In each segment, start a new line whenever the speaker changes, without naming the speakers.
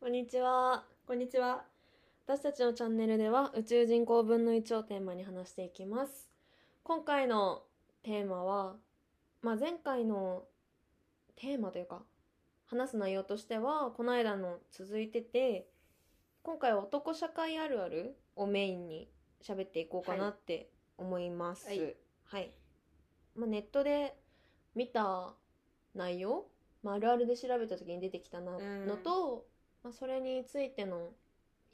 こんにちは。
こんにちは。
私たちのチャンネルでは宇宙人口分の1をテーマに話していきます。今回のテーマは、まあ、前回のテーマというか、話す内容としては、この間の続いてて、今回は男社会あるあるをメインに喋っていこうかなって思います。
はいはい
はいまあ、ネットで見た内容、まあ、あるあるで調べた時に出てきたな
うん
のと、まあ、それについての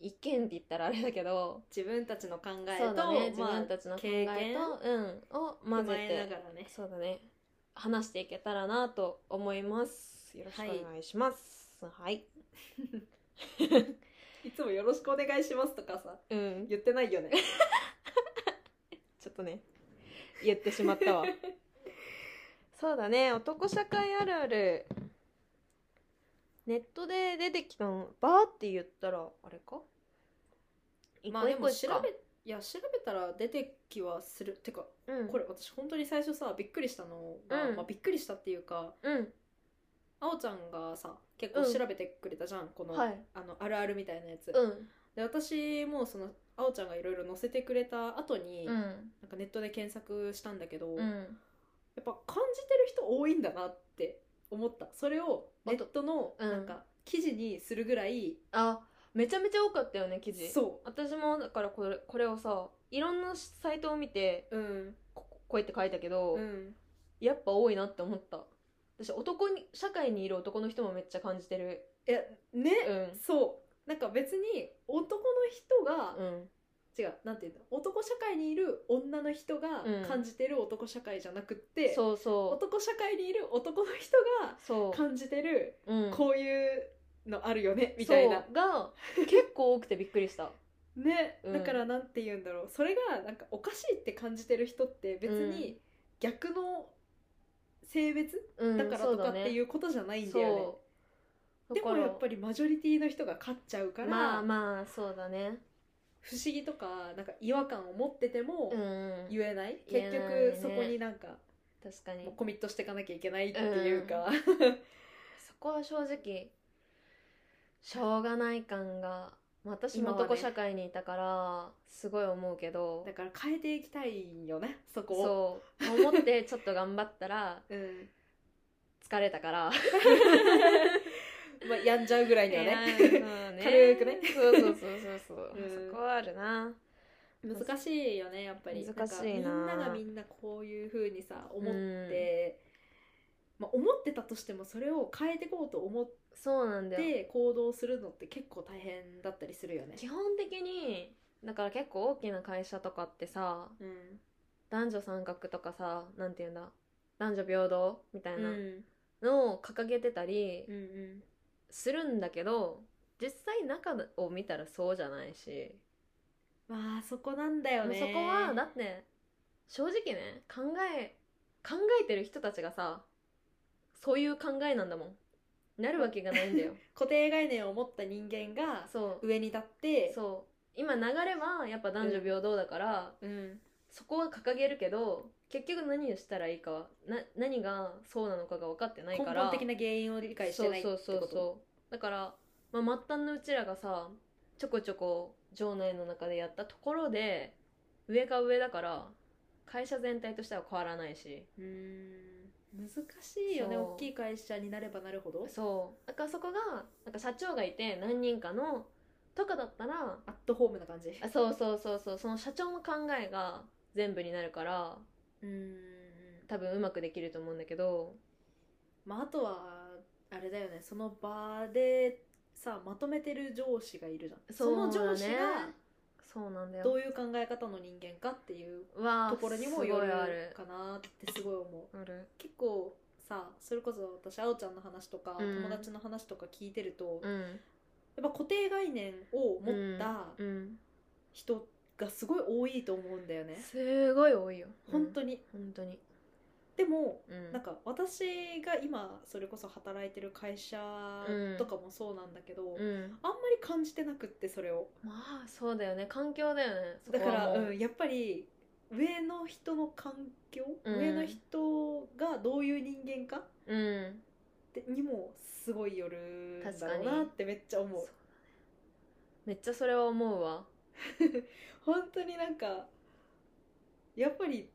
意見って言ったらあれだけど
自分たちの考え
そうだ
と、
ね自
まあ
分たちの考え
経験
と、うん、を混ぜ
踏まえな
て
がらね。
そうだね話していけたらなと思いますよろしく
はい
お願いします はい、
いつもよろしくお願いしますとかさ、
うん
言ってないよね。
ちょっとね言ってしまったわ そうだね男社会あるあるネットで出てきたのバーって言ったらあれか
まあでも
一
調
個一個
べ、いや調べたら出てきはする。てか、
うん
これ私本当に最初さ、びっくりしたのが、
うん
まあびっくりしたっていうか、
うん
あおちゃんがさ、結構
うん
調べてくれたじゃん、この、
はい
あの、あるあるみたいなやつ。
うん
で、私もその、あおちゃんがいろいろ載せてくれた後に、
う
なん
ん
かネットで検索したんだけど、
う
や
ん
っぱ感じてる人多いんだなって思った。それをネットの、
うん
なんか、記事にするぐらい、
あめちゃめちゃ多かったよね記事
そ
私もだからこれこれをさいろんなサイトを見て
う。うん。
ここうやって書いたけど、
うん。
やっぱ多いなって思った私男に社会にいる男の人もめっちゃ感じてる
いや、ね、
うん
そう。なんか別に男の人が、
うん
違う、なんていうの、男社会にいる女の人が
うん
感じてる男社会じゃなくって、
そうそ
男社会にいる男の人が
うそ
感じてる、
う、うん、
こういうのあるよね、みたいな
そ。うが結構多くてびっくりした
ね、
うん
だからなんて言うんだろう。それがなんかおかしいって感じてる人って別に逆の性別
うん
だからとかっていううことじゃない
ん
んだよね。
そう
でもやっぱ
り
りマジョリティの人が勝っちゃうから、
まあまあそうだね
不思議とかなんか違和感を持ってても
うん
言えない、
言
結
えないね
局そこになんか
確かに
もうコミットしていかなきゃいけないっていうか、
そこは正直しょうがない感がまあ私も
今はね
男社会にいたからすごい思うけど、
だから変えていきたいよねそこを
そうと思ってちょっと頑張ったら
う、ん、
疲れたから、
まあやんじゃうぐらいにはね、
うん
軽くね
そうそうそうそうそう、
うん
そこはあるな
難しいよねやっぱり
難しいなん
かみんながみんなこういうふうにさ思って、まあ、思ってたとしてもそれを変えていこうと思っ
そうなんだよ
て行動するのって結構大変だったりするよね。
基本的にだから結構大きな会社とかってさ
うん
男女三角とかさなんて言うんだ男女平等みた
う
い
ん
なのを掲げてたり、
うんうん
するんだけど実際中を見たらそうじゃないし、
まあそこなんだよ
もう
ね
そこはだって正直ね考え考えてる人たちがさそういう考えなんだもんなるわけがないんだ よ
固定概念を持った人間が
そう
上に立って
そう今流れはやっぱ男女平等だから、
うん、
そこは掲げるけど結局何をしたらいいかはな何がそうなのかが分かってない
根
から
本的な原因を理解してないってこと
そうそうそうそうだから、まあ、末端のうちらがさちょこちょこ場内の中でやったところで上が上だから会社全体としては変わらないし
うーん難しいよね
そう
大きい会社になればなるほど
そうだからそこがなんか社長がいて何人かのとかだったら
アットホームな感じ
あそうそうそうそうその社長の考えが全部になるから
うーん
多分うまくできると思うんだけど
まああとはあれだよねその場でさまとめてる上司がいるじゃんそ,、の
そうだ
上
ね
司が
そうなんだよ
どういう考え方の人間かっていう
は
ところにもよ
すご
る
いある
かなってすごい思う
ある
結構さそれこそ私あおちゃんの話とか、
うん
友達の話とか聞いてると、やっ
うん
ぱ固定概念を持った
うん
人がすごい多いと思うんだよね、
すごい多いよ
本当に
本当に、
でも
うん
なんか私が今それこそ働いてる会社とかもそうなんだけど、
うん、
あんまり感じてなくってそれを
まあそうだよね環境だよねそこ
だ
は
から、
もう
うん、やっぱり上の人の環境、
うん
上の人がどういう人間かっ
うん、
ってにもすごいよるんだろうなってめっちゃ思う
めっちゃそれは思うわ
本当になんかやっぱり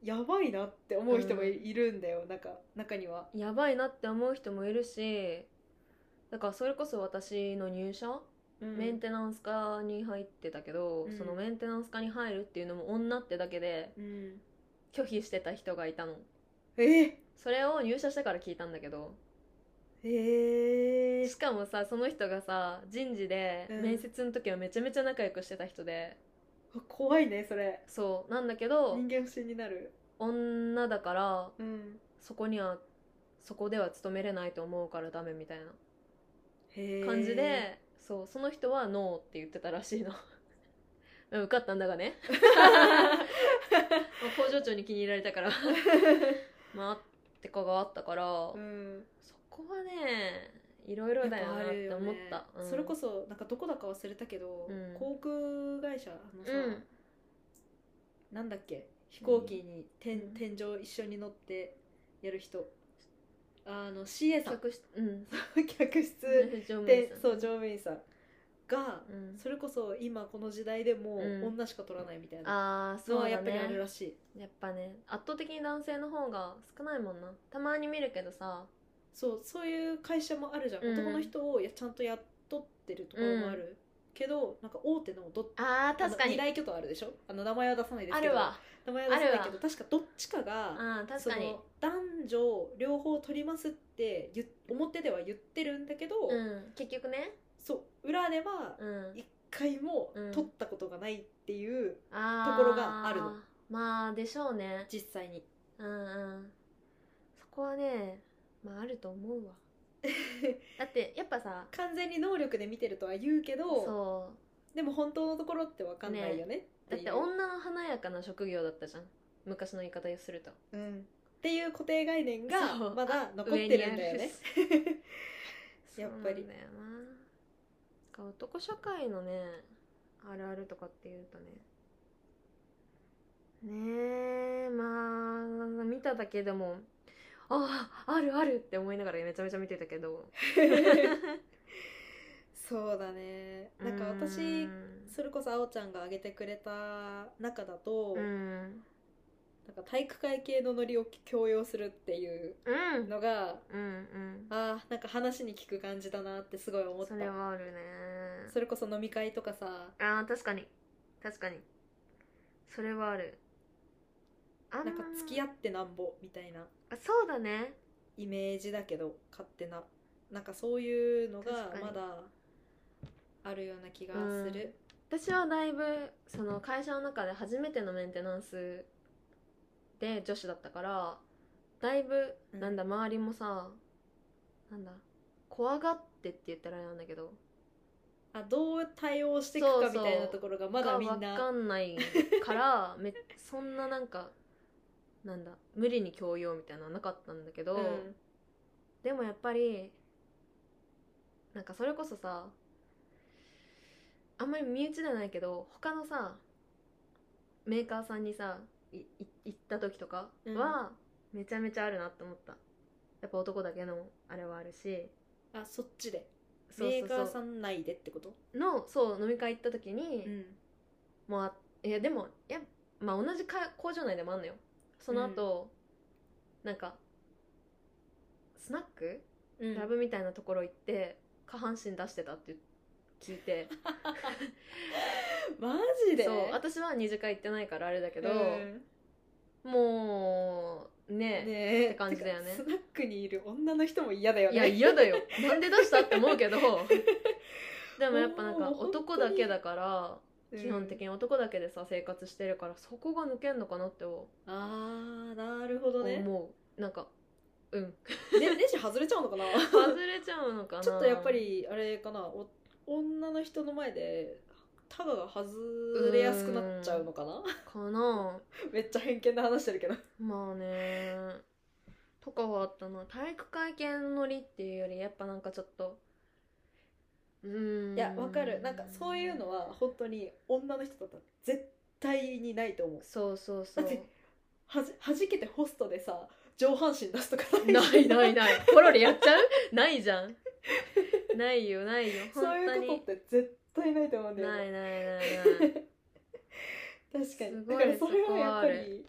やばいなって思う人もい,、
うん
るんだよなんか中には
やばいなって思う人もいるしだからそれこそ私の入社、メンテナンス科に入ってたけど、
うん
そのメンテナンス科に入るっていうのも女ってだけで
うん
拒否してた人がいたの
え
それを入社してから聞いたんだけど
え
しかもさその人がさ人事で
うん
面接の時はめちゃめちゃ仲良くしてた人で、
怖いねそれ
そうなんだけど
人間不信になる
女だから
うん
そこにはそこでは勤めれないと思うからダメみたい
へ
な
ー
感じで、そうその人はノーって言ってたらしいの うん受かったんだが ねまあ工場長に気に入られたからまあってかがあったから、
うん
そこはねいろいろだよなって思った、うん
それこそなんかどこだか忘れたけど、
うん
航空会社のさ、
うん
なんだっけ飛行機に天,、
うん
天井一緒に乗ってやる人あの CA さん
客室うん
客室
乗務員
で
さん
そう乗務員さんが、
うん
それこそ今この時代でも
うん
女しか取らないみたいな
ああ
の
そうだ
は
ね
やっぱりあるらしい、
やっぱね圧倒的に男性の方が少ないもんなたまに見るけどさ
そうそういう会社もあるじゃん、
うん
男の人をやちゃんと雇ってるところもある、けどなんか大手のどっ
あー確か
二
に
大巨頭あるでしょあの名前は出さないです
あ
けど
るわ
名前は出さない
ある
けど
わ
確かどっちかが
あー確か
そ
に
の男女両方取りますって言っ表では言ってるんだけど、
うん結局ね
そう裏では
うん
一回も
うん
取ったことがないっていう、
あー
ところがあるの
まあでしょうね
実際に
うんうんそこはねまああると思 うわだってやっぱさ
完全に能力で見てるとは言うけど
そ
でも本当のところって分かんないよね
うだ
い
っ
う
て女の華やかな職業だったじゃん昔の言い方をすると
うんっていう固定概念が
そう
まだ残ってるんだよね
上にある
やっぱり
そうなんだよななんか男社会のねあるあるとかっていうとねねえまあ見ただけでもあああるあるって思いながらめちゃめちゃ見てたけど
そうだねなんか
うー
私
ん
それこそあおちゃんが挙げてくれた中だと、
うん
なんか体育会系のノリを強要するっていう
うん
のが
うんうん
あーなんか話に聞く感じだなってすごい思った
それはあるね
それこそ飲み会とかさ
あー確かに確かにそれはあるあ
なんか付き合
っ
ってなんぼみたいな
あそうだね
イメージだけど勝手ななんかそういうのが
確かに
まだあるような気がする、
私はだいぶその会社の中で初めてのメンテナンスで女子だったからだいぶ
うん
なんだ周りもさ、なんだ怖がってって言ったらあれなんだけど
あどう対応していくか
そうそ
み
う
たいなところがまだ
が
みん
分
な
かんないからめそんななんかなんだ無理に強要みたいなのはなかったんだけど、
うん
でもやっぱりなんかそれこそさあんまり身内じゃないけど他のさメーカーさんにさいい行った時とかは、めちゃめちゃあるなって思ったやっぱ男だけのあれはあるし
あそっちで
そうそうそう
メーカーさん内でってこと
のそう飲み会行った時に、
ん
もうあいやでもいや、まあ、同じか工場内でもあんのよその後、なんかスナック
うん
ラブみたいなところ行って下半身出してたって聞いて
マジで
そう私は二次会行ってないからあれだけど、
うん
もうね
ねえ
って感じだよね
てかスナックにいる女の人も嫌だよ
いや
ね
嫌 だよなんで出したって思うけどでもやっぱなんか
もう本当に
男だけだから基本的
に
に男だけでさ生活してるからそこが抜けんのかなって思
あーなるほ
う、
どね
なんかうん
ねレジ外れちゃうのかな
外れちゃうのかな
ちょっとやっぱりあれかなお女の人の前でタガが外れやすくなっちゃうのかな
かな
めっちゃ偏見で話してるけど
まあねとかはあったな体育会系のノリっていうよりやっぱなんかちょっとうーん
いやわかるなんかそういうのは本当に女の人だったら絶対にないと思う
そうそうそう
だってはじはじけてホストでさ上半身出すとか
ないない
い
ないポロリやっちゃうないじゃんないよないよ本
そう
当
いうこ
に
とって絶対ないと思うんだよね
ないないないない
確か
す
に
ご
だ
い
からそれはやっぱ
そこはあ
り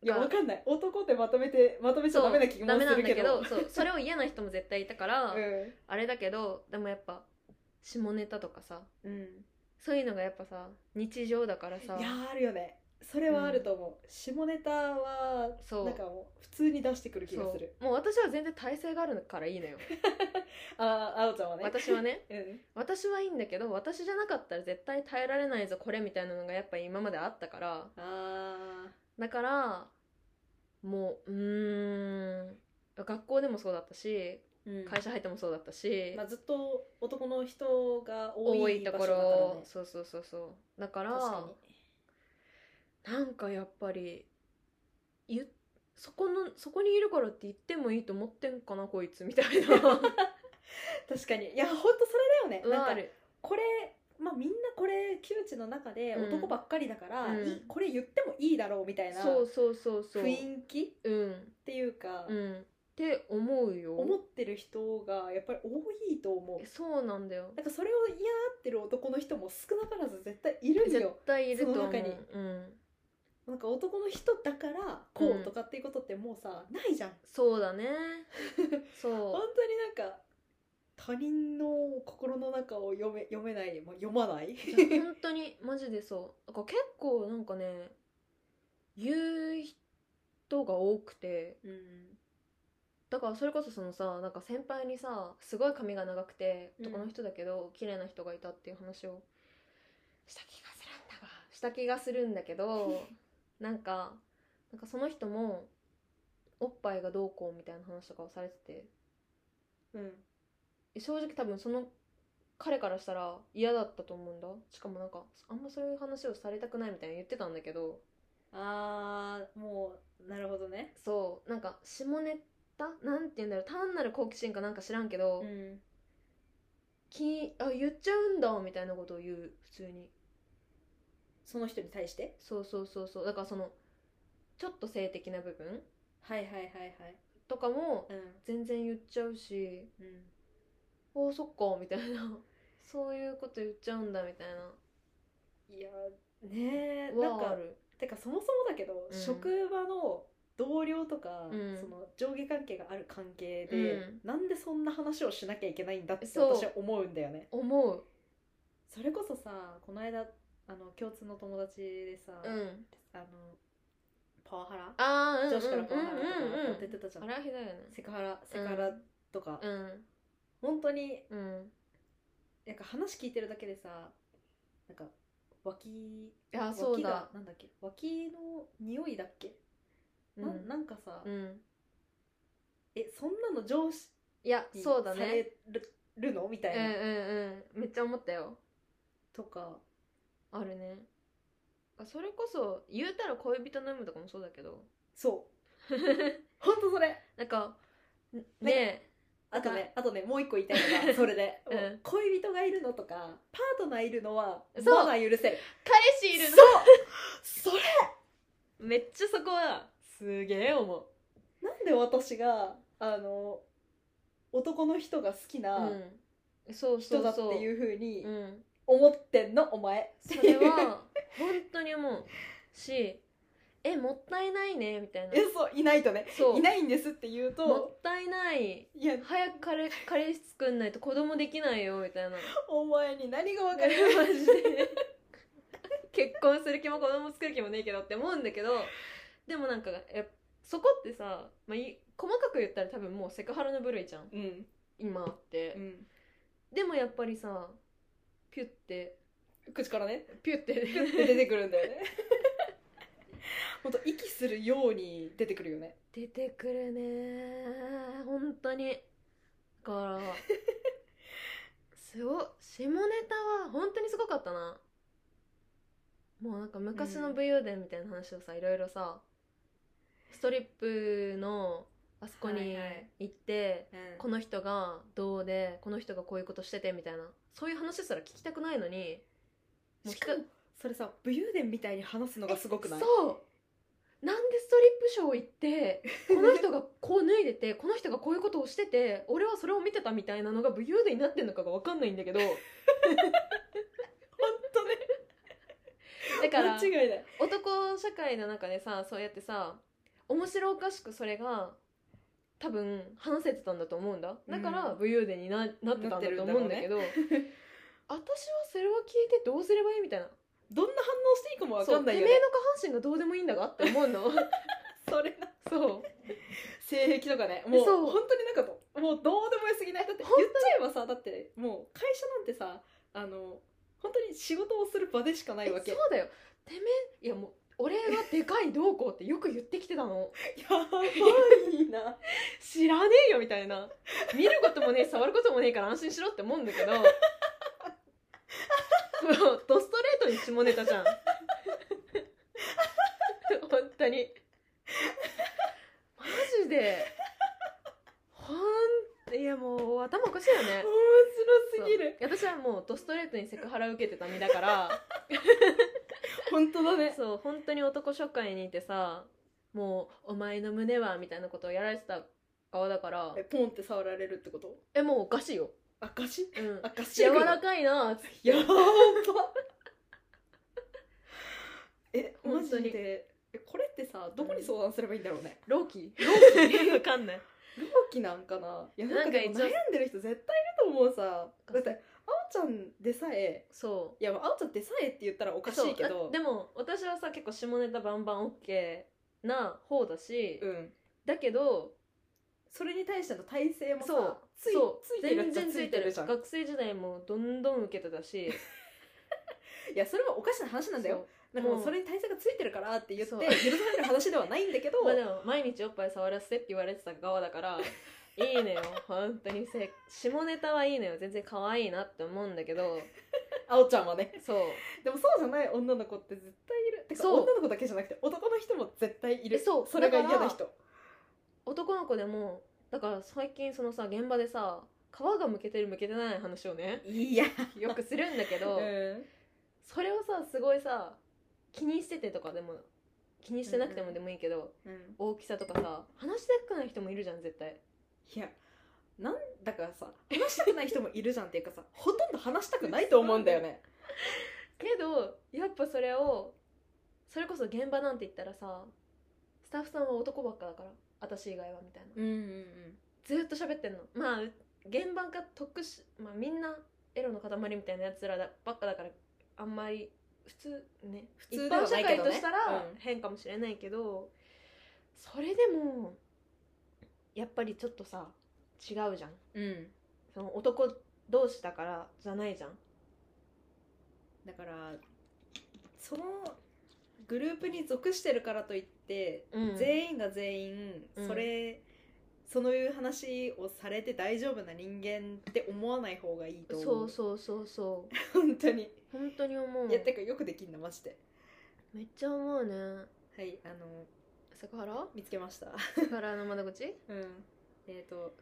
いやわかんない男ってまとめてまとめちゃダメな気も
ダ
す
メなん
る
だ
け
け
ど
どそうそれを嫌な人も絶対いたから、あれだけどでもやっぱ下ネタとかさ
うん、うん
そういうのがやっぱさ日常だからさ
いやーあるよねそれはあると思う、下ネタは
そう
なんかもう普通に出してくる気がする
そうもう私は全然体勢があるからいいの よ
あああおちゃんはね
私はね
うん
私はいいんだけど私じゃなかったら絶対耐えられないぞこれみたいなのがやっぱ今まであったから
あー
だからもううーん学校でもそうだったし
うん
会社入ってもそうだったし、
まあ、ずっと男の人が多い
多いとこ
場所だから
ろ
ね
そうそうそうそうだから
確か
なんかやっぱり言っそこのそこにいるからって言ってもいいと思ってんかなこいつみた いな
に確かにいやほんとそれだよね
は
な
あ
んか
る
これまあみんなこれ窮地の中で
うん
男ばっかりだから、
うん
いいこれ言ってもいいだろうみたいな
そうそうそうそう
雰囲気っ
うん
ていうか、
うんって思うよ
思ってる人がやっぱり多いと思う
そうなんだよ
なんかそれを嫌ってる男の人も少なからず絶対いるん
絶
よ
対いると思
そうの中に
うん、
なんか男の人だからこうとかっていうことってもうさ、ないじゃん
そう だね
本
そ
当になんか他人の心の中を読め読めない、まあ、読まな いう
いや本当にマジでそうだから結構なんかね言う人が多くて
うん
だからそれこそそのさなんか先輩にさすごい髪が長くて
うん
男の人だけど、綺麗な人がいたっていう話をした気がするんだがした気がするんだけ どなんかなんかその人もおっぱいがどうこうみたいな話とかをされてて
うん
正直多分その彼からしたら嫌だったと思うんだしかもなんかあんまそういう話をされたくないみたいな言ってたんだけど
あーもうなるほどね
そうなんか下ネタなんて言うんだろう単なる好奇心かなんか知らんけど、
ん
きあ言っちゃうんだみたいなことを言う普通に
その人に対して
そうそうそうそうだからそのちょっと性的な部分
はいはいはいはい
とかも
う
全然言っちゃうし
んうん
あーそっかみたいな そういうこと言っちゃうんだみたい
いやねえ
な
な
は
ん
あ
か
る
てかそもそもだけど、
うん
職場の同僚とか、
うん
その上下関係がある関係で、
うん
なんでそんな話をしなきゃいけないんだって
そう
私は思うんだよね
思う
それこそさこの間あの共通の友達でさ、
うん
あのパワハラ
ああうん
上司からパ
う
ワ
ん
ハラと
う
か
んうん
出てたじゃん、
あれはひどいよね
セクハラセクハラとか、
うん
本当に
うん
なんか話聞いてるだけでさなんか脇
いやそう
脇
だ
がなんだっけ脇の匂いだっけ、な
うん
なんかさ、
うん
えそんなの上司
いや
に
そうだ
さ
ね
れるるのみた
うん
いうな、
んうんめっちゃ思ったよ
とか
あるねあそれこそ言うたら恋人の有無とかもそうだけど
そう ほんとそれ
なんかんね
あとねあとねもう一個言いたいのがそれで、
うん
もう恋人がいるのとかパートナーいるのは
そう
まだ許せる
彼氏いる
そ
の
うそれ
めっちゃそこはすげえ思う
なんで私があの男の人が好きな
うんそうそ
人だ
う
って
そう
いうふうに
うん
思ってんのお前
それは本当に思うしえもったいないねみたいな
えそういないとね
そう
いないんですって言う
も
と
ったいない
いや
早く彼彼氏作んないと子供できないよみたいな
お前に何が分か
マ
る
ジで結婚する気も子供作る気もねえけどって思うんだけどでもなんかやっぱそこってさ、まあ、い細かく言ったら多分もうセクハラの部類じゃん
うん
今あって、
うん
でもやっぱりさピュって
口からね
ピュって
ピュって出てくるんだ よねほんと息するように出てくるよね
出てくるね本当にだからすご下ネタは本当にすごかったなもうなんか昔の武勇伝みたいな話をさ、いろいろさストリップのあそこ
はい
に
はい
行って、
うん
この人がどうでこの人がこういうことしててみたいなそういう話すら聞きたくないのにもう
しかもそれさ武勇伝みたいに話すのがすごくない
そうなんでストリップショー行っ てこの人がこう脱いでてこの人がこういうことをしてて俺はそれを見てたみたいなのが武勇伝になってんのかが分かんないんだ けど
本当ね
だから
間違いない
男社会の中でさそうやってさ面白おかしくそれが多分話せてたんだと思うんだだから
うん
武勇伝にななってたんだと思うんだけど 私はそれを聞いてどうすればいいみたいな
どんな反応していいかもわかんないよ
そうてめえ
ね
の下半身がどうでもいいんだがって思う の
それな
そう
性癖とかねもう
そう
本当になんかともうどうでもよすぎないだって言っ
本当に
ちゃえばさだってもう会社なんてさあの本当に仕事をする場でしかないわけ
え
や
そうだよてめえいやもう俺がでかいどうこうってよく言ってきてたの
ばいな
知らねえよみたいな見ることもねえ触ることもねえから安心しろって思うんだけどそうドストレートに下ネタじゃん本当にマジでほんいやもう頭おかしいよね
面白すぎる
そう私はもうドストレートにセクハラ受けてた身だから
本当だ ね
そう本当に男社会にいてさもう「お前の胸は」みたいなことをやられてた側だから
えポンって触られるってこと
えもうおかしいよ、
証
うん、
証
柔らかいなつって
や ばえマジ
本当に
でえこれってさどこに相談すればいいんだろうね
ローキ
同
わかんない
同期なんかないやなん
なんか
かでも
一応
悩んでる人絶対いると思うさだってあおちゃんでさえ
そ
いやまああおちゃんでさえって言ったらお
う
かしいけ
そう
ど
あでも私はさ結構下ネタバンバン OK な方だし、
うん
だけど
それに対しての体制もさ
そう
つい
そう
ついて
全
るっちゃ
然
つ
つい
い
て
て
る
るじゃん
学生時代もどんどん受けてたし
いやそれはおかしな話なんだよなんかも
も
う
う
それに体制がついてるからって言って
そう
許される話ではないんだけど
まあでも毎日おっぱい触らせてって言われてた側だから いいのよ本当にせ下ネタはいいのよ全然可愛いなって思うんだけど
あおちゃんはね
そう
でもそうじゃない女の子って絶対いるてか
そう
女の子だけじゃなくて男の人も絶対いる
えそう
れ
だ
が
から
嫌な人
男の子でもだから最近そのさ現場でさ皮がむけてるむけてない話を ね
いや
よくするんだけ
う
ど、
ん
それをさすごいさ気にしててとかでも気にしてなくてもでもいいけど、
うん
大きさとかさ話したくない人もいるじゃん絶対
いやなんだからさ話したくない人もいるじゃんっていうかさほとんど話したくないと思うんだよね
けどやっぱそれをそれこそ現場なんて言ったらさスタッフさんは男ばっかだから私以外はみたいな
うんうん
ずっと喋ってんのまあ現場が特殊、まあ、みんなエロの塊みたいなやつらだばっかだからあんまり普通ね
普通ではない
一般
け
社会
どね
としたら
うん
変かもしれないけど、それでもやっぱりちょっとさ違うじゃん
うんうん
その男同士だからじゃないじゃん
だからそのグループに属してるからといって、
うん
全員が全員
うん
それ、そういう話をされて大丈夫な人間って思わない方がいいと思
そうそうそうそう
本当に、
本当に思う
いやてかよくできんなマジで
めっちゃ思うね
はいあの
セクハラ
見つけました
セクハラの窓 口
うんえっ、ー、と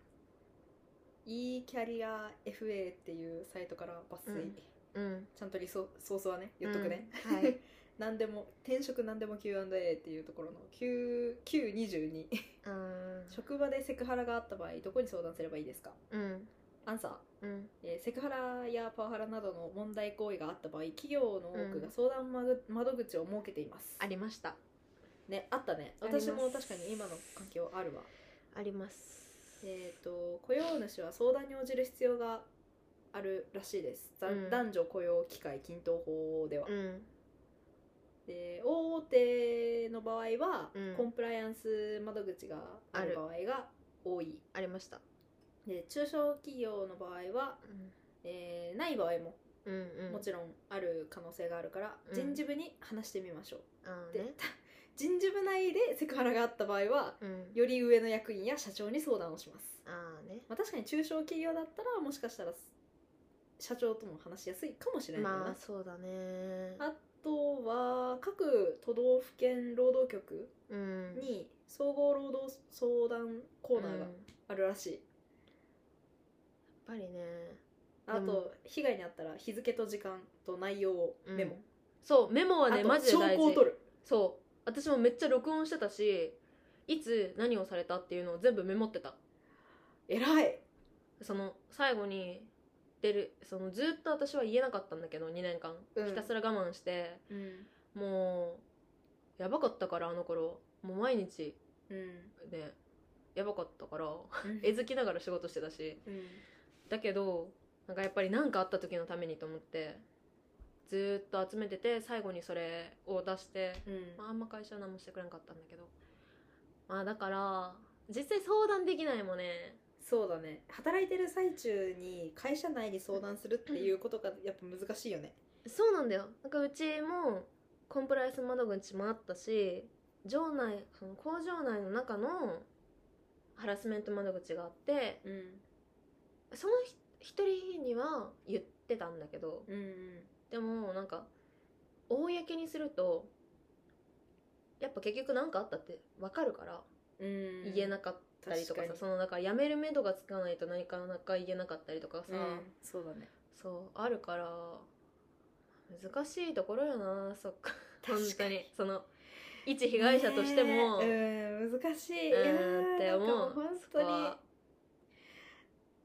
e キャリア FA っていうサイトから抜粋、
うんうん
ちゃんとリソソースはね言っとくね、、
うんは い
何でも転職何でも Q&A っていうところの Q- Q22
あー
職場でセクハラがあった場合どこに相談すればいいですか
うん
アンサー
うん
えーセクハラやパワハラなどの問題行為があった場合企業の多く
う
が
ん
相談窓口窓口を設けています、
ありました
ねあったね
あります
私も確かに今の環境あるわ
あります
えー、と雇用主は相談に応じる必要があるらしいです、ざ
うん
男女雇用機会均等法では、
うん
で大手の場合は、
うん
コンプライアンス窓口がある場合が多い
ありました、
で中小企業の場合は、えーない場合も
うん、うんうん
もちろんある可能性があるから、
うん
人事部に話してみましょう
あー
で
ね
た人事部内でセクハラがあった場合は
うん
より上の役員や社長に相談をします
あーね
まあ、確かに中小企業だったらもしかしたら社長とも話しやすいかもしれないな、
まあそうだね
あとは各都道府県労働局
うん
に総合労働相談コーナ
う
ーが
んやっ
あるらしい、
ぱりね
あ
でも
と被害に遭ったら日付と時間と内容をメモ、
うんそうメモは
あ
ね
と
マジで
証
大事
拠を取る
そ私もめっちゃ録音してたしいつ何をされたっていうのを全部メモってた
偉い
その最後に出るそのずっと私は言えなかったんだけど2年間、
うん
ひたすら我慢して
うん
もうやばかったからあの頃もう毎日
うん
ねやばかった からえずきながら仕事してたし
うん
だけどなんかやっぱり何かあった時のためにと思ってずーっと集めてて最後にそれを出して、
うん
まあ、あんま会社は何もしてくれなかったんだけどまあだから実際相談できないもんね
そうだね働いてる最中に会社内に相談するっていうことがやっぱ難しいよね
そうなんだよなんかうちもコンプライアンス窓口もあったし場内その工場内の中のハラスメント窓口があって
うん
そのひ一人には言ってたんだけど
うんうん
でもなんか公にするとやっぱ結局何かあったって分かるから
うん
言えなかったりとかさ、
確かに
そのなんか辞める目処がつかないと何かなか言えなかったりとかさ、
うんそうだね
そうあるから難しいところよなそっか本
確
当
かに
にその一被害者としても、
ねえうん難しいいや
うん
ー
って思う
なんか本
そこ
当に
は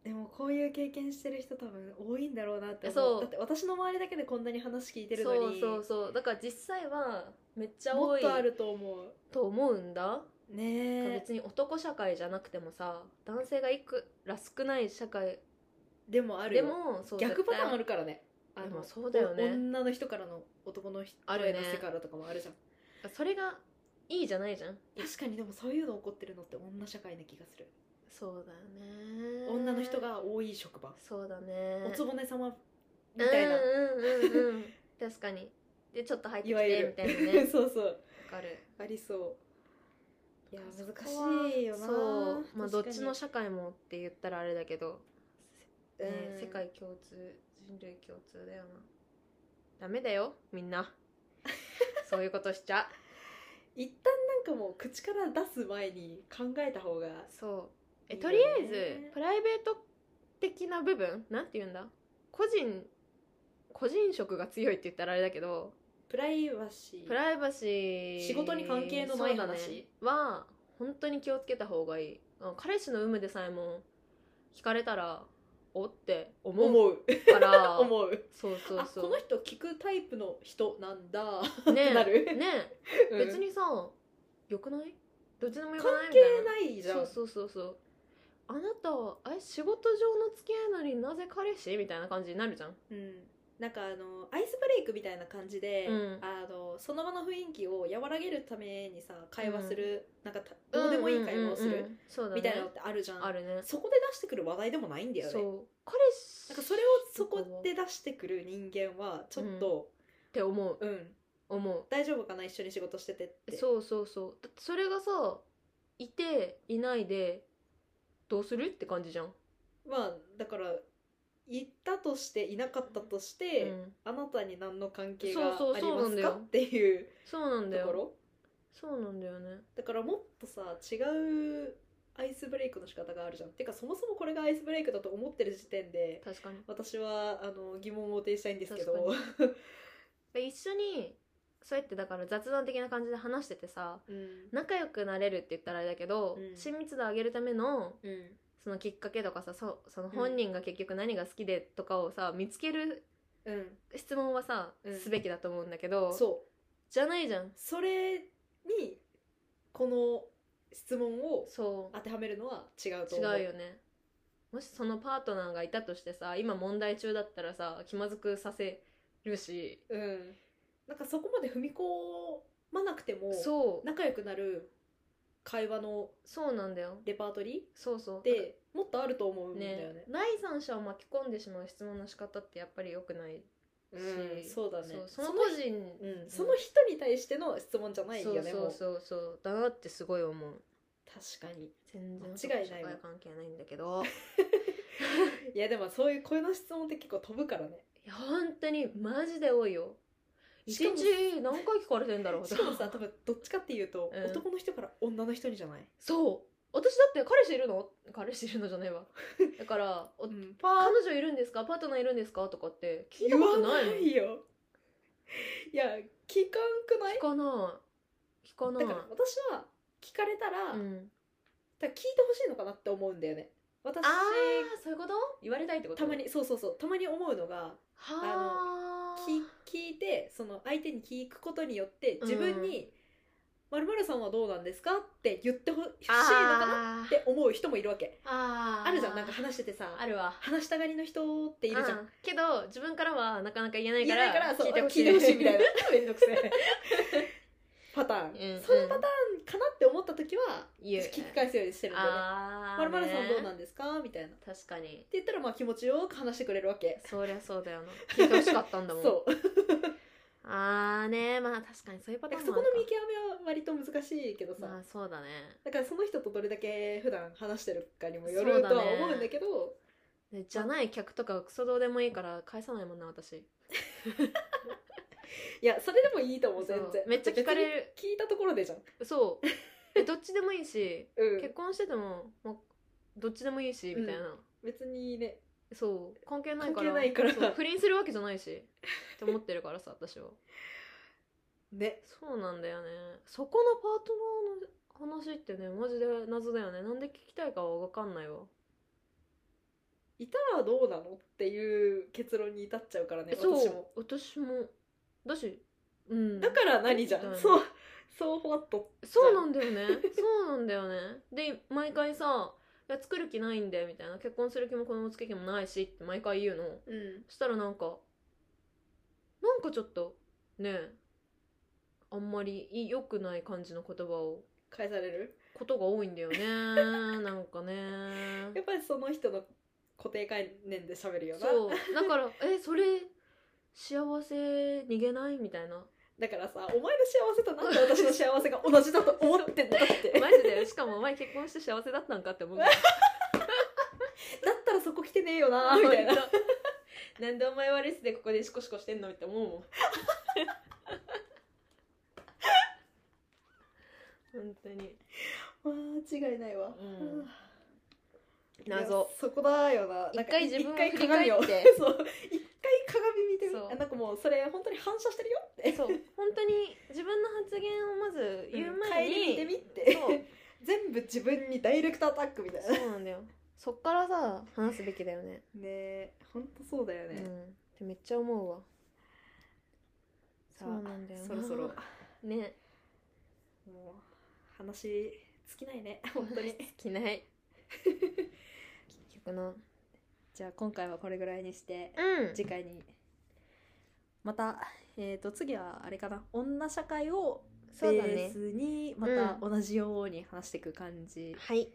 でもこういう経験してる人多分多いんだろうなって
そ
思う
う
だって私の周りだけでこんなに話聞いてるの
そう
に
そうそうだから実際はめっちゃ
も
多
っ
い
とあると思う
と思うんだ、
ねえ
別に男社会じゃなくてもさ男性がいくら少ない社会
でもある
で
よ
もそう
逆パターンあ
る
るからねあ
で
の
もそうだよね
お女の人からの男の人
ある
への
ね
セクハラとかもあるじゃん
それがいいじゃないじゃん
確かにでもそういうの起こってるのって女社会な気がする、
そうだよね
女の人が多い職場
そうだね
おつぼね様みたいな、
うんうんうんうん確かにでちょっと入って
い
き
わゆ
て
る
みたいなね
そうそう
わかる
ありそういや
そこは
難しいよな
そうまあどっ
確か
ち
に
の社会もって言ったらあれだけど、ね
うん
世界共通人類共通だよなダメだよみん なそういうことしちゃ
一旦なんかもう口から出す前に考えた方が
そうえ
いい
とり
よね
あえずプライベート的な部分なんて言うんだ個人個人色が強いって言ったらあれだけど
プライバシー
プライバシー
仕事に関係のない話
そうだねは本当に気をつけた方がいいあ彼氏の有無でさえも聞かれたらおって思う
思う
から
思う
そうそう
あ
そう
この人聞くタイプの人なんだ、
ね
なる
ね
うん
別にさよくないどっちでもよく
関
ないみたい
係
な
ないじゃん
そうそうそうそうあなたはあれ仕事上の付き合いなのになぜ彼氏みたいな感じになるじゃん
うん、なんかあのアイスブレイクみたいな感じで、
うん
あのその場の雰囲気を和らげるためにさ会話する、なんかたど
ど
うでもいい会話をする、
そうだね
みたいなのってあるじゃん、
あるね
そこで出してくる話題でもないんだよね
そう彼氏
なんかそれをそこで出してくる人間はちょっと、
って思う
うん
思う
大丈夫かな一緒に仕事しててって
そうそうそうだってそれがさいていないでどうするって感じじゃん、
まあだから行ったとしていなかったとし
う
て、
ん、
あなたに何の関係
そ
が
うそう
あり
そう
ま
なん
す
だ
か
よ
っていう
そうなんだ
とこ
よ
ろ
そうなんだよね
だからもっとさ違うアイスブレイクの仕方があるじゃんてかそもそもこれがアイスブレイクだと思ってる時点で
確かに
私はあの疑問を呈したいんですけど
確かで一緒にそうやってだから雑談的な感じで話しててさ
うん
仲良くなれるって言ったらあれだけど、
うん
親密度上げるための
うん
そのきっかけとかさそその
ん
本人が結局何が好きでとかをさ見つける
うん
質問はさ、
うん
すべきだと思うんだけど
そう
じゃないじゃん
それにこの質問を
そう
当てはめるのは違うと
違
思う
うよねもしそのパートナーがいたとしてさ今問題中だったらさ気まずくさせるし
うんなんかそこまで踏み込まなくても
そう
仲良くなる会話の
そうなんだよ
レパートリ
そうそう
ーでもっとあると思うんだ
ね
よね
第三者を巻き込んでしまう質問の仕方ってやっぱり良くないし、
うんそうだね
その個人
うん、その人に対しての質問じゃないよね、
そうそうそうそうだなってすごい思う
もう確かに
全然
間違いない
社
わ
会関係ないんだけど
いやでもそういう声の質問って結構飛ぶからね
いや本当にマジで多いよ一
しかも
日何回聞かれてんだろう
しかもさ多分どっちかっていうと、
うん
男の人から女の人にじゃない、
そう私だって彼氏いるの彼氏いるのじゃない わだからお
ん、
彼女いるんですかパートナーいるんですかとかって聞いた
言
こ
わ
とな
ない
もん
いよいや聞かんくない
聞かな聞かな
だ
い
から私は聞かれたら,、
うん、
だから聞いてほしいのかなって思うんだよね私
あーそういうこと言われたいってこと
たまにそうそうそうたまに思うのが
はあ
聞聞いてその相手に聞くことによって自分に「まるまるさんはどうなんですか?」って言ってほしいのかな
あー
って思う人もいるわけ
あ
あるじゃんなんか話しててさ
あるわ
話したがりの人っているじゃん、
うけど自分からはなかなか言えないか
言えないかららそう
聞いてほしい
聞いてほしい みたいな
めんどくせえ
パターン、
うんうん
そのパターンかなって思った時は
言う
私聞き返すようにしてるんだよね「
あ
まるまるさんどうなんんですか?」みたいなって
確かに
言ったらまあ気持ちよく話してくれるわけ
そりゃそうだよな聞いてほしかったんだもん
そう
あーねまあ確かにそういうパタ
だ
ー
から
ン
そ
もあ
こ
る
の
か
見極めは割と難しいけどさ、
まあそうだね
だからその人とどれだけ普段話してるかにもよるとは思うんだけど
でじゃない客とかクソどうでもいいから返さないもんな私
いやそれでもいいと思う
そ
全
う
然
めっちゃ聞かれる
別に聞いたところでじゃん
そうえどっちでもいいし
うん
結婚してても、まあ、どっちでもいいしみたいな、
別にね
そう関係ないから
関係ないから
そう不倫するわけじゃないしって思ってるからさ私は
ね
そうなんだよねそこのパートナーの話ってねマジで謎だよねなんで聞きたいかは分かんないわ
いたらどうなのっていう結論に至っちゃうからね私
そう
も
私もだしうん
だから何じゃん、
うん
そうそうフワッと
そうなんだよねそうなんだよねで毎回さ「いや作る気ないんで」みたいな「結婚する気も子供つけ気もないし」って毎回言うの
うん
そしたらなんかなんかちょっとねえあんまりい良くない感じの言葉を
返される
ことが多いんだよねなんかね
やっぱりその人の固定概念で喋るよな
そうだから「えそれ幸せ逃げない?」みたいな
だからさお前の幸せとなんで私の幸せが同じだと思ってんだっ てだ
マジでしかもお前結婚して幸せだったんかって思うぐらい
ったらそこ来てねえよな
あ
み
み
た
た
い
い
な
な。 なんでお前はレスでここでシコシコしてんのって思 うもん。本当に。
間違いないわ、
うん
はあいや
謎。
そこだよな
一
なんか
回
い
自分を
一
振
回
り返
鏡を
って。
そう一回鏡見てみ
そう
あなんかもうそれ本当に反射してるよって
そう。本当に自分の発言をまず言う前
帰り見
に。
てみって
そう
全部自分にダイレクトアタックみたいなね
そうなんだよ。そっからさ、話すべきだよね。
え本当そうだよ
う
ね、
ん。ってめっちゃ思うわ。
さ
そうなんだよ
あ
な
そろそろ
ね。
もう話尽きない ね本当に
着 ない。結局な。
じゃあ今回はこれぐらいにして
うん。
次回にまたえっ、と次はあれかな女社会をベ
そうだ
ー
ね。
スにま
だね
た同じように話していく感じ
はい。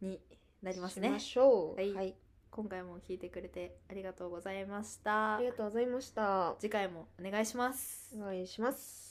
になります
し
ね
ま、しょう。
はい
はい
今回も聞いてくれてありがとうございました
ありがとうございました。
次回もお願いします
お願いします。